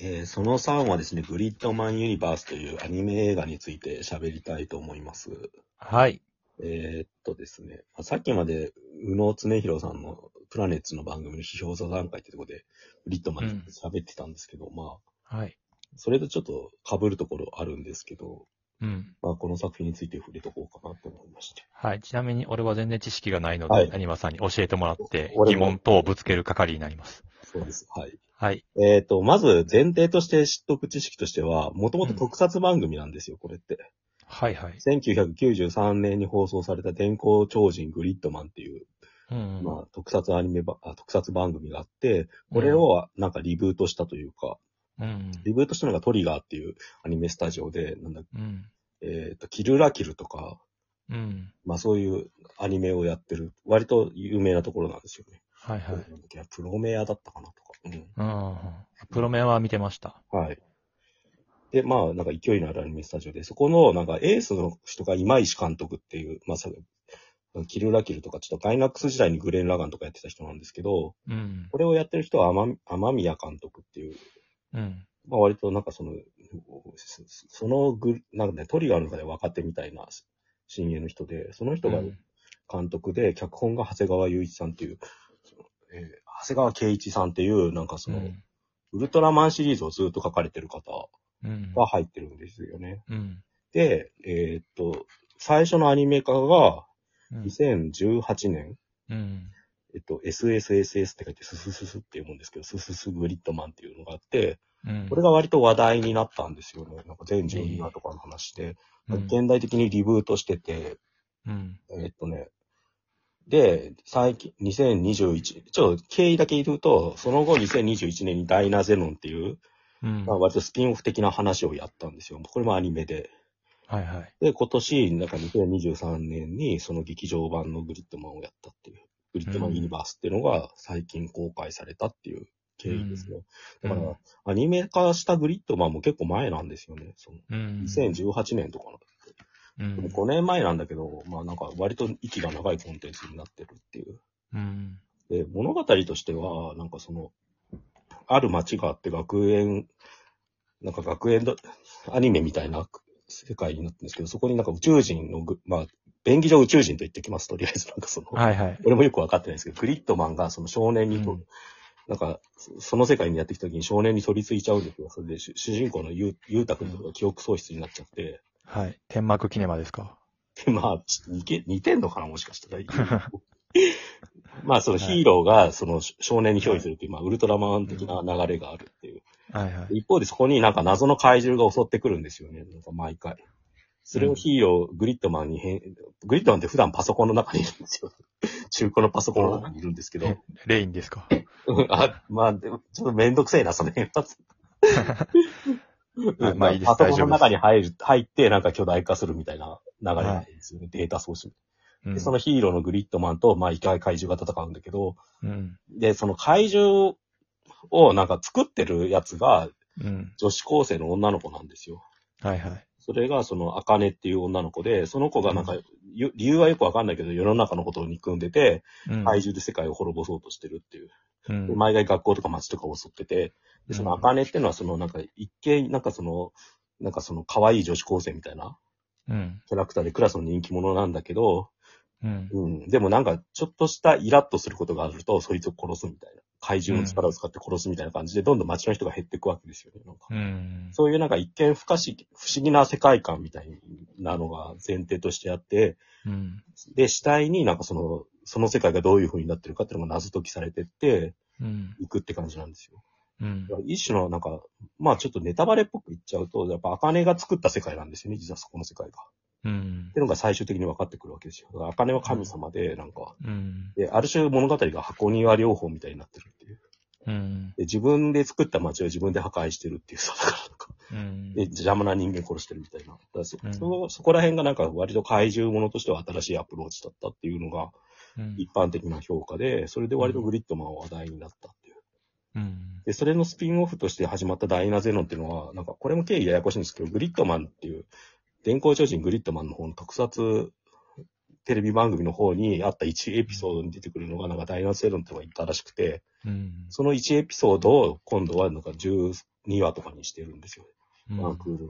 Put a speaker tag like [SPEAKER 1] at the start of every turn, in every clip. [SPEAKER 1] えーその3はですね、グリッドマンユニバースというアニメ映画について喋りたいと思います。
[SPEAKER 2] はい。
[SPEAKER 1] えーっとですね、まあさっきまで、宇野恒弘さんのプラネッツの番組の批評座談会ってとこで、グリッドマンについて喋ってたんですけど、まあ、
[SPEAKER 2] はい。
[SPEAKER 1] それとちょっと被るところあるんですけど、
[SPEAKER 2] うん。
[SPEAKER 1] まあ、この作品について触れとこうかなと思いまして。
[SPEAKER 2] はい。ちなみに、俺は全然知識がないので、
[SPEAKER 1] はい
[SPEAKER 2] 谷間さんに教えてもらって、
[SPEAKER 1] 俺
[SPEAKER 2] 疑
[SPEAKER 1] も
[SPEAKER 2] 問等をぶつける係になります。
[SPEAKER 1] そうです。はい。
[SPEAKER 2] はい。
[SPEAKER 1] えーっと、まず前提として知っとく知識としては、もともと特撮番組なんですよ、これって。
[SPEAKER 2] はいはい。
[SPEAKER 1] 1993年に放送された電光超人グリッドマンっていう、
[SPEAKER 2] うんうん。
[SPEAKER 1] まあ、特撮アニメば、あ特撮番組があって、これをなんかリブートしたというか、
[SPEAKER 2] うん。
[SPEAKER 1] リブートしたのがトリガーっていうアニメスタジオで、なんだ、
[SPEAKER 2] うん。
[SPEAKER 1] えっ、と、キルラキルとか、
[SPEAKER 2] うん。
[SPEAKER 1] まあそういうアニメをやってる、割と有名なところなんですよね。
[SPEAKER 2] はいはい。うん
[SPEAKER 1] なんだっけプロメアだったかなとか。うん。
[SPEAKER 2] うん。プロメアは見てました。
[SPEAKER 1] はい。で、まあ、なんか勢いのあるアニメスタジオで、そこの、なんかエースの人が今石監督っていう、まあ、さキルラキルとか、ちょっとガイナックス時代にグレン・ラガンとかやってた人なんですけど、
[SPEAKER 2] うん。
[SPEAKER 1] これをやってる人は天天宮監督っていう、
[SPEAKER 2] うん。
[SPEAKER 1] まあ、割となんかその、そそのグ、なんかね、トリガーの中で若手みたいな親友の人で、その人が
[SPEAKER 2] うん
[SPEAKER 1] 監督で、脚本が長谷川雄一さんっていう、そのえー長谷川圭一さんっていう、なんかその、
[SPEAKER 2] うん
[SPEAKER 1] ウルトラマンシリーズをずっと書かれてる方、
[SPEAKER 2] うん。
[SPEAKER 1] が入ってるんですよね。
[SPEAKER 2] うん。
[SPEAKER 1] で、えーっと、最初のアニメ化が
[SPEAKER 2] うん
[SPEAKER 1] 2018年、
[SPEAKER 2] うん。
[SPEAKER 1] えっと、SSSS って書いて、ススススって読むんですけど、スススグリッドマンっていうのがあって、
[SPEAKER 2] うん。
[SPEAKER 1] これが割と話題になったんですよね。なんか全12話とかの話で、
[SPEAKER 2] うん、
[SPEAKER 1] 現代的にリブートしてて、
[SPEAKER 2] うん。
[SPEAKER 1] えっとね、で、最近、2021、ちょっと経緯だけ言うと、その後2021年にダイナゼノンっていう、
[SPEAKER 2] うん。
[SPEAKER 1] まあ
[SPEAKER 2] は
[SPEAKER 1] 割とスピンオフ的な話をやったんですよ。これもアニメで。
[SPEAKER 2] いはい。
[SPEAKER 1] で、今年、なんか2023年に、その劇場版のグリッドマンをやったっていう、グリッドマンユニバースっていうのが最近公開されたっていう経緯ですね。だから、アニメ化したグリッドマンも結構前なんですよね。その
[SPEAKER 2] うん。
[SPEAKER 1] 2018年とかの。
[SPEAKER 2] うん。
[SPEAKER 1] 5年前なんだけど、まあなんか割と息が長いコンテンツになってるっていう。
[SPEAKER 2] うん。
[SPEAKER 1] で、物語としては、なんかその、ある町があって学園、なんか学園だ、アニメみたいな世界になってるんですけど、そこになんか宇宙人のぐ、まあ、便宜上宇宙人と言ってきます、とりあえず。なんかその、
[SPEAKER 2] はいはい。
[SPEAKER 1] 俺もよくわかってないんですけど、グリッドマンがその少年にと、
[SPEAKER 2] うん
[SPEAKER 1] なんか、そその世界にやってきた時に少年に取り付いちゃうんですよ。それで主主人公のゆうゆうたくんとかが記憶喪失になっちゃって、
[SPEAKER 2] はい。天幕キネマですか。
[SPEAKER 1] で、 まあ、ちょっと似け似てんのかな、もしかしたら。 まあ、そのヒーローが、その少年に憑依するっていう、まあ、ウルトラマン的な流れがあるっていう。
[SPEAKER 2] はいはい。
[SPEAKER 1] 一方で、そこになんか謎の怪獣が襲ってくるんですよね。なんか毎回。それをヒーロー、グリッドマンに変、グリッドマンって普段パソコンの中にいるんですよ。 中古のパソコンの中にいるんですけど。
[SPEAKER 2] レインですか。
[SPEAKER 1] あ、まあ、でもちょっとめんどくせえな、その辺は。
[SPEAKER 2] はい まあいいです
[SPEAKER 1] パソコンの
[SPEAKER 2] 大丈
[SPEAKER 1] 中
[SPEAKER 2] 夫
[SPEAKER 1] に入る、入って、なんか巨大化するみたいな流れなんですよね。データ送信。
[SPEAKER 2] うん
[SPEAKER 1] で、そのヒーローのグリッドマンと、まあ、一回怪獣が戦うんだけど、
[SPEAKER 2] うん。
[SPEAKER 1] で、その怪獣をなんか作ってるやつが
[SPEAKER 2] うん。
[SPEAKER 1] 女子高生の女の子なんですよ。
[SPEAKER 2] はいはい。
[SPEAKER 1] それがその、アカネっていう女の子で、その子がなんか、ゆ理由はよくわかんないけど、世の中のことを憎んでて、
[SPEAKER 2] うん。
[SPEAKER 1] 怪獣で世界を滅ぼそうとしてるっていう。
[SPEAKER 2] うん
[SPEAKER 1] で毎回学校とか街とかを襲ってて、で、そのアカネっていうのはそのなんか、一見なんかその、なんかその可愛い女子高生みたいな
[SPEAKER 2] うん。
[SPEAKER 1] キャラクターでクラスの人気者なんだけど、
[SPEAKER 2] うん。
[SPEAKER 1] うん。でもなんか、ちょっとしたイラッとすることがあると、そいつを殺すみたいな。怪獣の力を使って殺すみたいな感じで、どんどん街の人が減っていくわけですよね。なんか
[SPEAKER 2] うん。
[SPEAKER 1] そういうなんか一見不可思議、不思議な世界観みたいなのが前提としてあって、
[SPEAKER 2] うん。
[SPEAKER 1] で、死体になんかその、その世界がどういう風になってるかっていうのが謎解きされてって、
[SPEAKER 2] うん。
[SPEAKER 1] いくって感じなんですよ。
[SPEAKER 2] うん
[SPEAKER 1] だ。から一種のなんか、まあちょっとネタバレっぽく言っちゃうと、やっぱ茜が作った世界なんですよね、実はそこの世界が。
[SPEAKER 2] うん
[SPEAKER 1] って。いうのが最終的に分かってくるわけですよ。だから茜は神様で、なんか、
[SPEAKER 2] うん。
[SPEAKER 1] で、ある種物語が箱庭療法みたいになってるっていう。
[SPEAKER 2] うん。
[SPEAKER 1] で、自分で作った街を自分で破壊してるっていう、そうだからなんか、で、邪魔な人間殺してるみたいな。だからそ、
[SPEAKER 2] うん
[SPEAKER 1] そそこら辺がなんか割と怪獣ものとしては新しいアプローチだったっていうのが
[SPEAKER 2] うん。
[SPEAKER 1] 一般的な評価で、それで割とグリッドマンは話題になったっていう。
[SPEAKER 2] うん。
[SPEAKER 1] で、それのスピンオフとして始まったダイナゼノンっていうのは、なんかこれも経緯ややこしいんですけど、グリッドマンっていう、電光超人グリッドマンの方の特撮テレビ番組の方にあった1エピソードに出てくるのが、なんかダイナセロンとか言ったらしくて、
[SPEAKER 2] うん。
[SPEAKER 1] その1エピソードを今度はなんか12話とかにしてるんですよ。
[SPEAKER 2] うん
[SPEAKER 1] ワンクール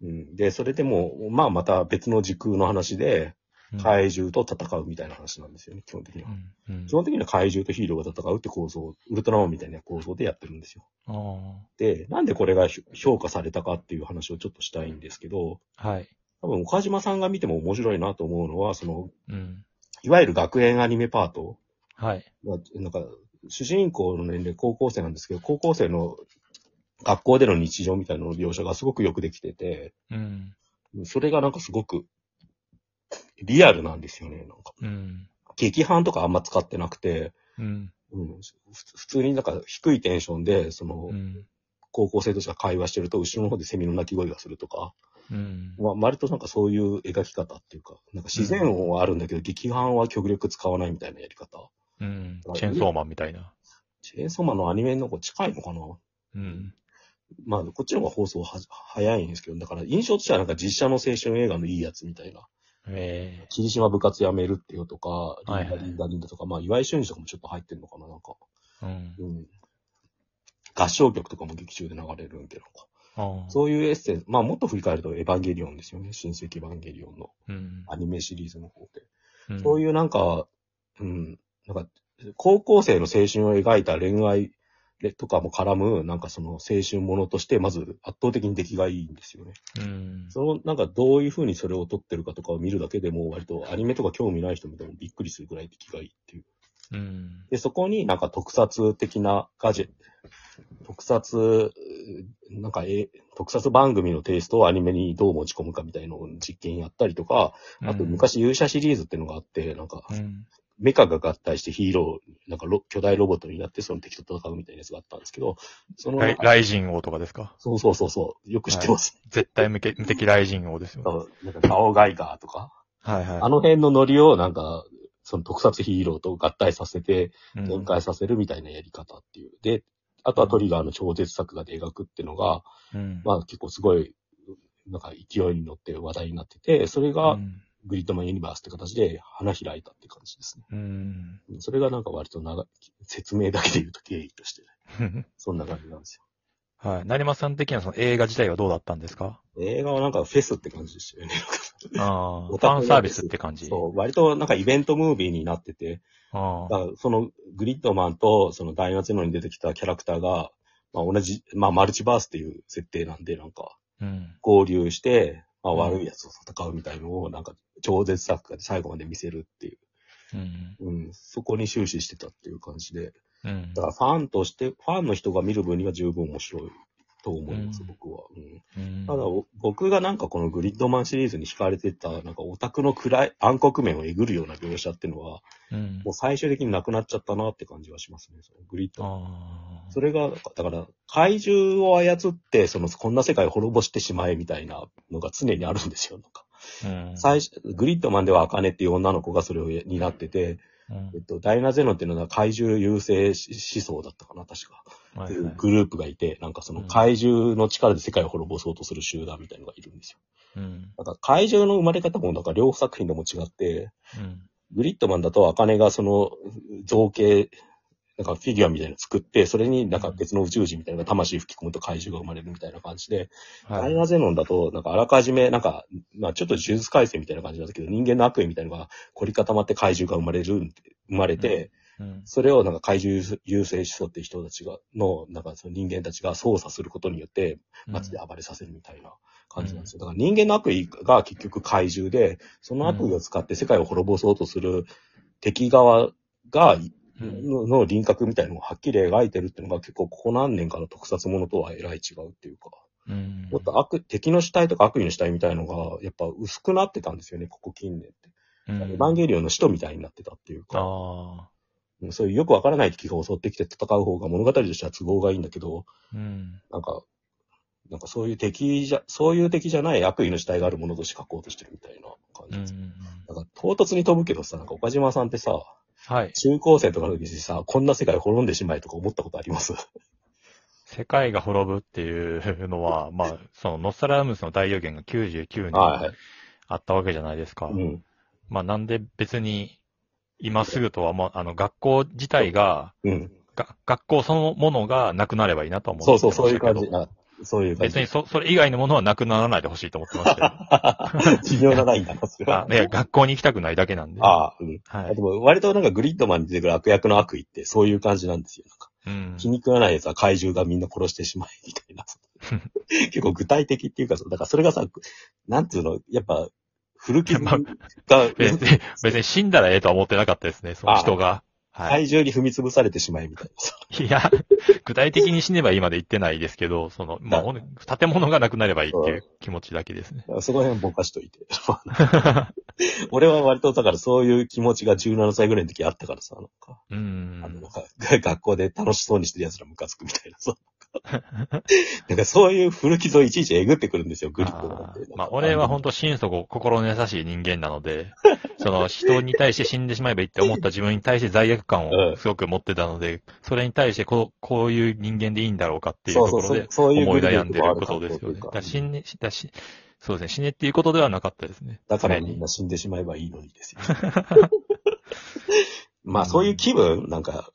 [SPEAKER 1] に。うん。で、それでも、まあまた別の時空の話で、怪獣と戦うみたいな話なんですよね、基本的には。
[SPEAKER 2] うんうん
[SPEAKER 1] 基本的には怪獣とヒーローが戦うって構造、ウルトラマンみたいな構造でやってるんですよ。
[SPEAKER 2] あ
[SPEAKER 1] で、なんでこれがひ評価されたかっていう話をちょっとしたいんですけど、
[SPEAKER 2] あはい。
[SPEAKER 1] 多分岡島さんが見ても面白いなと思うのは、その、
[SPEAKER 2] うん。
[SPEAKER 1] いわゆる学園アニメパート
[SPEAKER 2] はい。
[SPEAKER 1] まあなんか、主人公の年齢高校生なんですけど、高校生の学校での日常みたいなのの描写がすごくよくできてて、
[SPEAKER 2] うん。
[SPEAKER 1] それがなんかすごくリアルなんですよね。なんか
[SPEAKER 2] うん。
[SPEAKER 1] 劇版とかあんま使ってなくて、
[SPEAKER 2] うん。
[SPEAKER 1] うん、ふつ普通になんか低いテンションで、その
[SPEAKER 2] うん。
[SPEAKER 1] 高校生としか会話してると、後ろの方でセミの鳴き声がするとか、
[SPEAKER 2] うん。
[SPEAKER 1] まあ、割となんかそういう描き方っていうか、なんか自然音はあるんだけど、劇版は極力使わないみたいなやり方。
[SPEAKER 2] うん。チェーンソーマンみたいな。
[SPEAKER 1] チェーンソーマンのアニメの方が近いのかな
[SPEAKER 2] うん。
[SPEAKER 1] まあ、こっちの方が放送は早いんですけど、だから印象としてはなんか実写の青春映画のいいやつみたいな。
[SPEAKER 2] え
[SPEAKER 1] 霧島部活やめるってよとか、
[SPEAKER 2] は
[SPEAKER 1] リン
[SPEAKER 2] いは
[SPEAKER 1] ダ
[SPEAKER 2] い
[SPEAKER 1] リンダリンダとか、まあ、岩井俊二とかもちょっと入ってるのかな、なんか。
[SPEAKER 2] えうん。
[SPEAKER 1] うん。合唱曲とかも劇中で流れるんで、なんか。
[SPEAKER 2] ああ。
[SPEAKER 1] そういうエッセンス、まあ、もっと振り返るとエヴァンゲリオンですよね。新世紀エヴァンゲリオンの
[SPEAKER 2] うん。
[SPEAKER 1] アニメシリーズの方で。
[SPEAKER 2] うん
[SPEAKER 1] そういうなんか、うん、なんか、高校生の青春を描いた恋愛とかも絡む、なんかその青春ものとして、まず圧倒的に出来がいいんですよね。
[SPEAKER 2] うん。
[SPEAKER 1] その、なんかどういう風にそれを撮ってるかとかを見るだけでも、割とアニメとか興味ない人見てもびっくりするぐらい出来がいいっていう。
[SPEAKER 2] うん。
[SPEAKER 1] で、そこになんか特撮的なガジェット、特撮、うんなんか、え、特撮番組のテイストをアニメにどう持ち込むかみたいなのを実験やったりとか、あと昔勇者シリーズっていうのがあって、なんか、
[SPEAKER 2] うん。
[SPEAKER 1] メカが合体してヒーロー、なんかロ巨大ロボットになってその敵と戦うみたいなやつがあったんですけど、その、
[SPEAKER 2] ライライジン王とかですか
[SPEAKER 1] そうそうそうそう、よく知ってます。
[SPEAKER 2] 絶対無敵無敵ライジン王ですよ。
[SPEAKER 1] なんか、ガオガイガーとか、
[SPEAKER 2] はいはい。
[SPEAKER 1] あの辺のノリをなんか、その特撮ヒーローと合体させて、
[SPEAKER 2] うん、
[SPEAKER 1] 展開させるみたいなやり方っていう。で、あとはトリガーの超絶作画で描くっていうのが、
[SPEAKER 2] うん。
[SPEAKER 1] まあ結構すごい、なんか勢いに乗って話題になってて、それ
[SPEAKER 2] う
[SPEAKER 1] が
[SPEAKER 2] ん
[SPEAKER 1] グリッドマンユニバースって形で花開いたって感じですね。
[SPEAKER 2] うん。
[SPEAKER 1] それがなんか割と長い、説明だけで言うと経緯として、そんな感じなんですよ。
[SPEAKER 2] はい。成間さん的にはその映画自体はどうだったんですか
[SPEAKER 1] 映画はなんかフェスって感じでしたよね。
[SPEAKER 2] ああ。フ
[SPEAKER 1] オタク
[SPEAKER 2] ァンサービスって感じ。
[SPEAKER 1] そう、割となんかイベントムービーになってて、
[SPEAKER 2] あ
[SPEAKER 1] だからそのグリッドマンとそのダイナゼノに出てきたキャラクターが、まあ同じ、まあマルチバースっていう設定なんで、なんか
[SPEAKER 2] あ。うん。
[SPEAKER 1] 合流して、まあ
[SPEAKER 2] うん
[SPEAKER 1] 悪い奴と戦うみたいのをなんか超絶作家で最後まで見せるっていう、
[SPEAKER 2] うん。
[SPEAKER 1] うん、そこに終始してたっていう感じで、
[SPEAKER 2] うん
[SPEAKER 1] だからファンとして、ファンの人が見る分には十分面白いと思います、
[SPEAKER 2] うん
[SPEAKER 1] 僕は。うん、
[SPEAKER 2] うん。
[SPEAKER 1] ただお僕がなんかこのグリッドマンシリーズに惹かれてた、なんかオタクの暗い暗黒面をえぐるような描写っていうのは、
[SPEAKER 2] うん
[SPEAKER 1] もう。最終的になくなっちゃったなって感じはしますね。そのグリッド。
[SPEAKER 2] ああ。
[SPEAKER 1] それが、だから、怪獣を操って、その、こんな世界を滅ぼしてしまえみたいなのが常にあるんですよ。なんか
[SPEAKER 2] うん。
[SPEAKER 1] 最初、グリッドマンではアカネっていう女の子がそれを担ってて、
[SPEAKER 2] うん
[SPEAKER 1] えっと、ダイナゼノンっていうのは怪獣優勢思想だったかな、確か。
[SPEAKER 2] は
[SPEAKER 1] って
[SPEAKER 2] い
[SPEAKER 1] いう
[SPEAKER 2] はい
[SPEAKER 1] グループがいて、なんかその
[SPEAKER 2] うん
[SPEAKER 1] 怪獣の力で世界を滅ぼそうとする集団みたいなのがいるんですよ。
[SPEAKER 2] うん。
[SPEAKER 1] なんか怪獣の生まれ方もなんか両作品でも違って、
[SPEAKER 2] うん。
[SPEAKER 1] グリッドマンだと、アカネがその造形、なんかフィギュアみたいなの作って、それになんか別の宇宙人みたいなのが魂吹き込むと怪獣が生まれるみたいな感じで、ダ
[SPEAKER 2] は
[SPEAKER 1] イ
[SPEAKER 2] い。
[SPEAKER 1] ナゼノンだと、なんかあらかじめ、なんか、まあちょっと呪術改正みたいな感じなんだけど、人間の悪意みたいなのが凝り固まって怪獣が生まれるんで、生まれて、
[SPEAKER 2] うん。
[SPEAKER 1] それをなんか怪獣優勢思想っていう人たちが、の、なんかその人間たちが操作することによって、街で暴れさせるみたいな感じなんですよ。だから人間の悪意が結局怪獣で、その悪意を使って世界を滅ぼそうとする敵側が、
[SPEAKER 2] うん。
[SPEAKER 1] のの輪郭みたいなのをはっきり描いてるっていうのが結構ここ何年かの特撮ものとはえらい違うっていうか、
[SPEAKER 2] うん。
[SPEAKER 1] もっと悪、敵の死体とか悪意の死体みたいのがやっぱ薄くなってたんですよね、ここ近年って。
[SPEAKER 2] うん、
[SPEAKER 1] エヴァンゲリオンの使徒みたいになってたっていうか、
[SPEAKER 2] ああ。
[SPEAKER 1] そういうよくわからない敵が襲ってきて戦う方が物語としては都合がいいんだけど、
[SPEAKER 2] うん。
[SPEAKER 1] なんか、なんかそういう敵じゃ、そういう敵じゃない悪意の主体があるものとして書こうとしてるみたいな感
[SPEAKER 2] う
[SPEAKER 1] じ
[SPEAKER 2] んう
[SPEAKER 1] です。
[SPEAKER 2] ん。
[SPEAKER 1] なんか唐突に飛ぶけどさ、なんか岡島さんってさ、
[SPEAKER 2] はい。
[SPEAKER 1] 中高生とかの時にさ、こんな世界滅んでしまえとか思ったことあります
[SPEAKER 2] 世界が滅ぶっていうのは、まあ、その、ノストラダムスの大予言が99
[SPEAKER 1] は
[SPEAKER 2] 年あったわけじゃないですか。
[SPEAKER 1] い。うん。
[SPEAKER 2] まあなんで別に今すぐとは、まあ、あの学校自体が、
[SPEAKER 1] うん。
[SPEAKER 2] が学校そのものがなくなればいいなとは思って
[SPEAKER 1] そ
[SPEAKER 2] ま
[SPEAKER 1] う
[SPEAKER 2] した
[SPEAKER 1] そう、そう
[SPEAKER 2] けど。
[SPEAKER 1] いう感じ。あそういう感
[SPEAKER 2] 別
[SPEAKER 1] じ
[SPEAKER 2] に。そ、それ以外のものはなくならないでほしいと思ってますけど。
[SPEAKER 1] 微妙なラインだな、それ
[SPEAKER 2] あ
[SPEAKER 1] は。
[SPEAKER 2] いや、学校に行きたくないだけなんで。
[SPEAKER 1] ああ、うん。
[SPEAKER 2] は
[SPEAKER 1] あ
[SPEAKER 2] い
[SPEAKER 1] で。も、割となんかグリッドマンに出てくる悪役の悪意って、そういう感じなんですよ。なんか
[SPEAKER 2] うん。
[SPEAKER 1] 気に食わない奴は怪獣がみんな殺してしまえ、みたい な。結構具体的っていうか、だからそれがさ、なんつうの、やっぱ、古傷が、
[SPEAKER 2] 別に、別に死んだらええとは思ってなかったですね、その人が。はい。
[SPEAKER 1] 怪獣に踏み潰されてしまえ、みたいなさ。
[SPEAKER 2] いや、具体的に死ねばいいまで言ってないですけど、その、まあ、
[SPEAKER 1] は
[SPEAKER 2] ほん建物がなくなればいいっていう気持ちだけですね。
[SPEAKER 1] だからそこら辺ぼかしとい て。俺は割と、だからそういう気持ちが17歳ぐらいの時あったからさ、なんか、
[SPEAKER 2] う
[SPEAKER 1] あの、
[SPEAKER 2] ん
[SPEAKER 1] なん。か学校で楽しそうにしてる奴らムカつくみたいなさ。なんかそういう古傷をいちいちえぐってくるんですよ、グリッドなん
[SPEAKER 2] あ
[SPEAKER 1] て
[SPEAKER 2] ー。まあ、俺は本当心底心の優しい人間な ので、その人に対して死んでしまえばいいって思った自分に対して罪悪
[SPEAKER 1] う
[SPEAKER 2] 感
[SPEAKER 1] ん
[SPEAKER 2] をすごく持ってたので、それに対してこう、こういう人間でいいんだろうかっていう
[SPEAKER 1] そ
[SPEAKER 2] と
[SPEAKER 1] うそ
[SPEAKER 2] こ
[SPEAKER 1] うそう
[SPEAKER 2] ろで、
[SPEAKER 1] そういう
[SPEAKER 2] 思
[SPEAKER 1] グ
[SPEAKER 2] い
[SPEAKER 1] リ
[SPEAKER 2] 悩
[SPEAKER 1] ッ
[SPEAKER 2] ん
[SPEAKER 1] ド
[SPEAKER 2] で
[SPEAKER 1] もあ
[SPEAKER 2] る
[SPEAKER 1] る
[SPEAKER 2] こ
[SPEAKER 1] 環
[SPEAKER 2] と
[SPEAKER 1] 境
[SPEAKER 2] です
[SPEAKER 1] と
[SPEAKER 2] よ
[SPEAKER 1] い
[SPEAKER 2] ね。
[SPEAKER 1] う
[SPEAKER 2] だ
[SPEAKER 1] か
[SPEAKER 2] から死ね、だし、そうですね、死ねっていうことではなかったですね。
[SPEAKER 1] だから
[SPEAKER 2] 常
[SPEAKER 1] みん
[SPEAKER 2] に
[SPEAKER 1] な死んでしまえばいいのにです よ。まあそういう気分、なんか、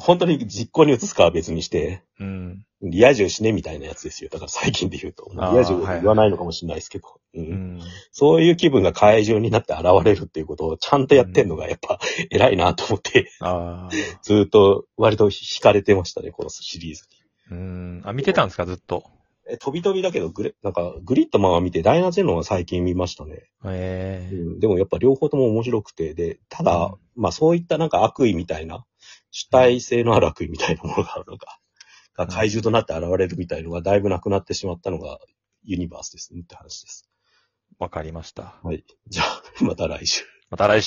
[SPEAKER 1] 本当に実行に移すかは別にして、
[SPEAKER 2] うん。
[SPEAKER 1] リア充死ねみたいなやつですよ。だから最近で言うと。リ
[SPEAKER 2] あー
[SPEAKER 1] ア充言わないのかもしれないですけど。
[SPEAKER 2] う
[SPEAKER 1] うん
[SPEAKER 2] ん。
[SPEAKER 1] そういう気分が怪獣になって現れるっていうことをちゃんとやってんのがやっぱ偉いなと思って、
[SPEAKER 2] ああ。
[SPEAKER 1] ずーっと割と惹かれてましたね、このシリーズに。
[SPEAKER 2] うん。あ、見てたんですか、ずっと。
[SPEAKER 1] え、飛び飛びだけど、グレ、なんか、グリッドマンは見て、ダイナゼノンは最近見ましたね。
[SPEAKER 2] え
[SPEAKER 1] う
[SPEAKER 2] え
[SPEAKER 1] ん、でもやっぱ両方とも面白くて、で、ただ、まあそういったなんか悪意みたいな、主体性のある悪意みたいなものが、なんか、が怪獣となって現れるみたいのがだいぶなくなってしまったのが、ユニバースですねって話です。
[SPEAKER 2] わかりました。
[SPEAKER 1] はい。じゃあ、また来週。
[SPEAKER 2] また来週。